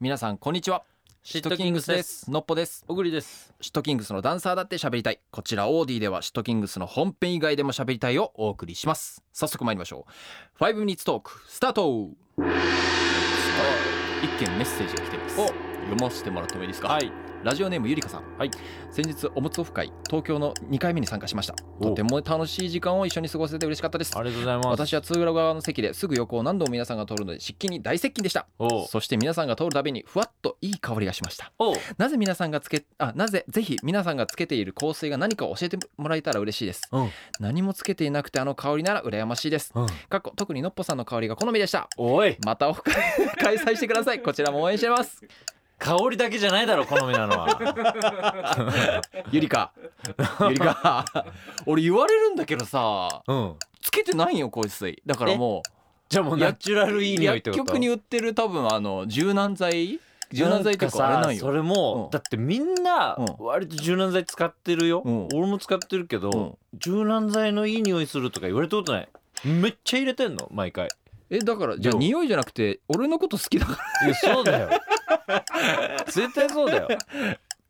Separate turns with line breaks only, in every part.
皆さんこんにちは
シットキングスです
のっぽです
小栗です
シットキングスのダンサーだって喋りたいこちらオーディではシットキングスの本編以外でも喋りたいをお送りします早速参りましょう5ミニッツトークスタート一件メッセージが来てます
お
読ませてもらってもいいですか
はい
ラジオネームゆりかさん、
はい
先日おむつオフ会東京の2回目に参加しました
お
とても楽しい時間を一緒に過ごせて嬉しかったです
ありがとうございます
私は通路側の席ですぐ横を何度も皆さんが通るので湿気に大接近でした
おう
そして皆さんが通るたびにふわっといい香りがしました
おう
なぜ皆さんがつけあなぜぜひ皆さんがつけている香水が何か教えてもらえたら嬉しいです
うん
何もつけていなくてあの香りなら羨ましいです
うん
かっこ特にのっぽさんの香りが好みでした
おい
またオフ会 開催してくださいこちらも応援してます
香りだけじゃないだろ好みなの は
ゆりかゆり か俺言われるんだけどさ
うん
つけてないよ香水だからも
じゃあもう
う
ナチュラルいい匂いって
薬
こと
局に売ってる多分あの柔軟剤柔軟剤と
ん
かあれない
さそ
よ
れも、
うん
だってみんな
うん
割と柔軟剤使ってるよ、
うん
俺も使ってるけど、
うん
柔軟剤のいい匂いするとか言われたことないめっちゃ入れてんの毎回
えだからじゃあ
量
匂いじゃなくて俺のこと好きだから
いやそうだよ絶対そうだよ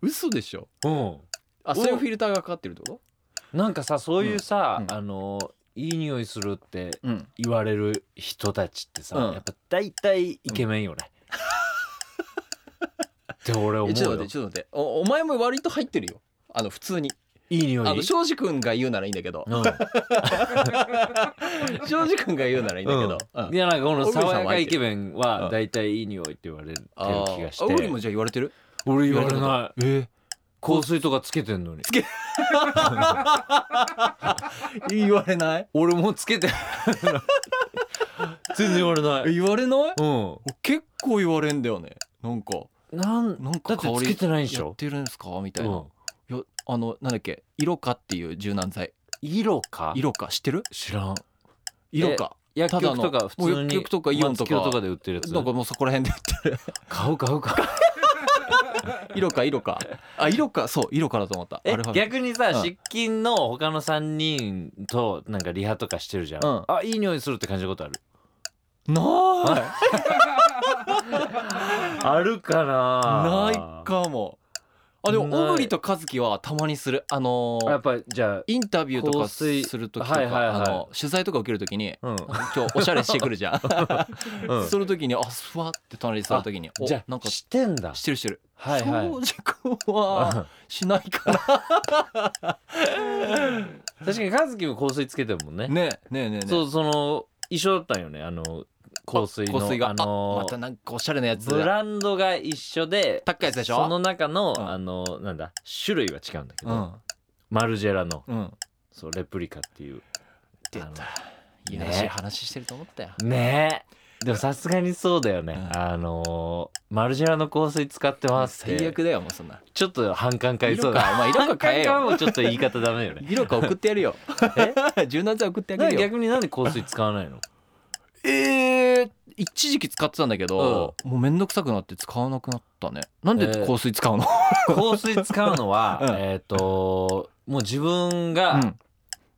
嘘でしょ
うん
あそういうフィルターがかかってるってこ
なんかさそういうさ、
うんうん
あのいい匂いするって
とうん
言われる人たちってさ、
うん
やっぱ大体イケメンよね、って俺思
え
う
ちょっと待っ
よ
てちょっと待っておお前も割と入ってるよあの普通に
いい匂い
あの庄司君が言うならいいんだけど
うん
庄司君が言うならいいんだけど、うん
いやなんかこの
小栗さんは
爽やかイケメン
う
は
ん
大体いい匂いって言われてる
あ
気がし
ー
て
あウリもじゃあ言われてる
俺
言われない
え香水とかつけてんのに
言われない
俺もつけて 全然言われな
え
い
言われない
うん
結構言われんだよねなんか
なん
なん
だ
か
って
香り
つけてないんでし
やっ
ょ
てるんですかみた
う
いな、
ん
いやあのなんだっけイロカっていう柔軟剤
色か
イロカ知ってる
知らん
イロカ
薬局
た
と
だの
か普通に
もう薬局とかイオンとか
マツキロとかで売ってるやつ
なんかもうそこら辺で売って
買う買う買う
るイロカイロカあイロカそうイロカだと思った
え
アルファベット
逆にさ
うん
失禁の他の三人となんかリハとかしてるじゃん
うん
あいい匂いするって感じたことある
ない
あるかな
ないかもあでも
ない
小栗と和樹はたまにするあの
や
ー
っぱじゃ
インタビューとか
香水
する時とか、
はいはいはい
あの取材とか受ける時に
あ、うん、
今日おしゃれしてくるじゃん、
うん
その時にあふわって隣に座る時にお
じゃあ
なんかし
してんだ。
てるしてる、
はいはい。
正直 はしないか
確かにカズキも香水つけてるもんね。
らねねえねえねえ
そうその一緒だったんよねあの香水の
香水が、
あ
あ
の
またなんかおしゃれなやつ
ブランドが一緒で
高いやつでしょ
その中の、
うん
あのなんだ種類は違うんだけ
う
ど、
ん
マルジェラの
うん
そうレプリカっていう。
出た
あ
いやらしい話してると思ったよ、
のねえ。でもさすがにそうだよね、
うん
あのマルジェラの香水使ってますって
最悪だよもうそんな
ちょっと反感買いそう
色
だ
かお前色
反
か
感
買え
買
よ
はもうちょっと言い方ダメよね
イロカ送ってやる よ柔軟剤送ってあげるよ
逆になんで香水使わないの
えー、一時期使ってたんだけど、もうめんどくさくなって使わなくなったねなんで
えー
香水使うの、
香水使 うのは、
うん
えっ、ともう自分
う
が
ん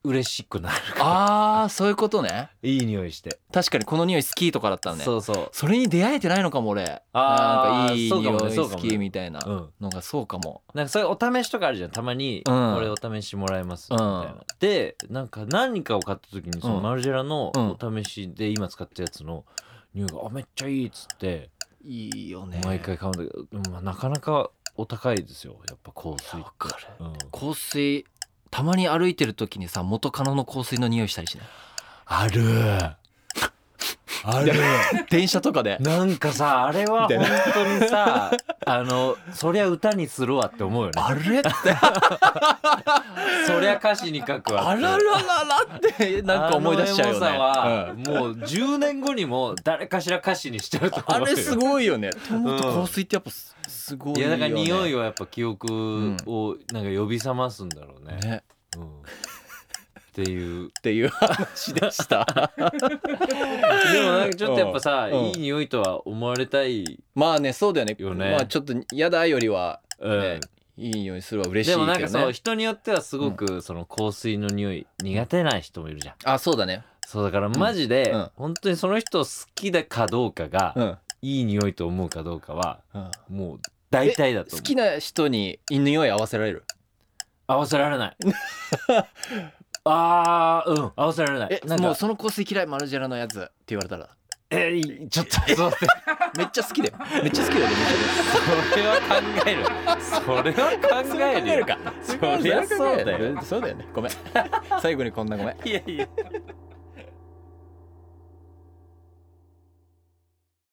嬉しくなる、
あーそういうことね
いい匂いして、
確かにこの匂い好きとかだったのね
そうそう
それに出会えてないのかも俺
あー
なんかいい
そうか
匂
もね
い
そう
好
かもね
きみたいな
うん
のがそうかも
なんかそういうお試しとかあるじゃんたまに、
うん
これお試しもらえます
うん
みたいなでなんか何かを買った時にその
うん
マルジェラの
うん
お試しで今使ったやつの匂いが、あめっちゃいいっつって
いいよね
毎回買うんだけど、でもまあ、なかなかお高いですよやっぱ香水って
わかる
うん
香水たまに歩いてる時にさ元カノの香水の匂いしたりしない
あるある
電車とかで
なんかさあれは本当にさあのそりゃ歌にするわって思うよね
あ れって
そりゃ歌詞に書くわ
あ
って
ららららってなんか思い出しちゃうよね
あ
うん
のエモさはもう10年後にも誰かしら歌詞にしちゃうと思う
あ
よ
れすごいよね。と思うと
うん
香水ってやっぱすすごい
い
よ
や
ね。
だから匂い
を
はやっぱ記憶をなんか呼び覚ますんだろうね、
ね
うん、っていう
っていう話 でした。
でもなんかちょっとやっぱさ、
うん
いい匂いとは思われたい、
まあねそうだよね。
よね
まあちょっと嫌だよりは
うん
ね、いい匂いするは嬉しい
で
けど
も
ね。
なんかそう人によってはすごくその香水の匂い苦手な人もいるじゃん
あそうだね。
そうだからマジで、
うん
本当にその人を好きだかどうかが
うん。
いい匂いと思うかどうかは
うん
もう大体だと
好
思う
きな人に匂い合わせられる
合わせら れないあーうん合わせられない
え
なんか
もうその香水嫌いマルジェラのやつって言われたら
えいちょっとちょっと待って
めっちゃ好きだよめっちゃ好き だよ
それは考えるそれは考えるよ
か
そりゃそうだよ
そうだよねごめん 最後にこんなごめん
いやいや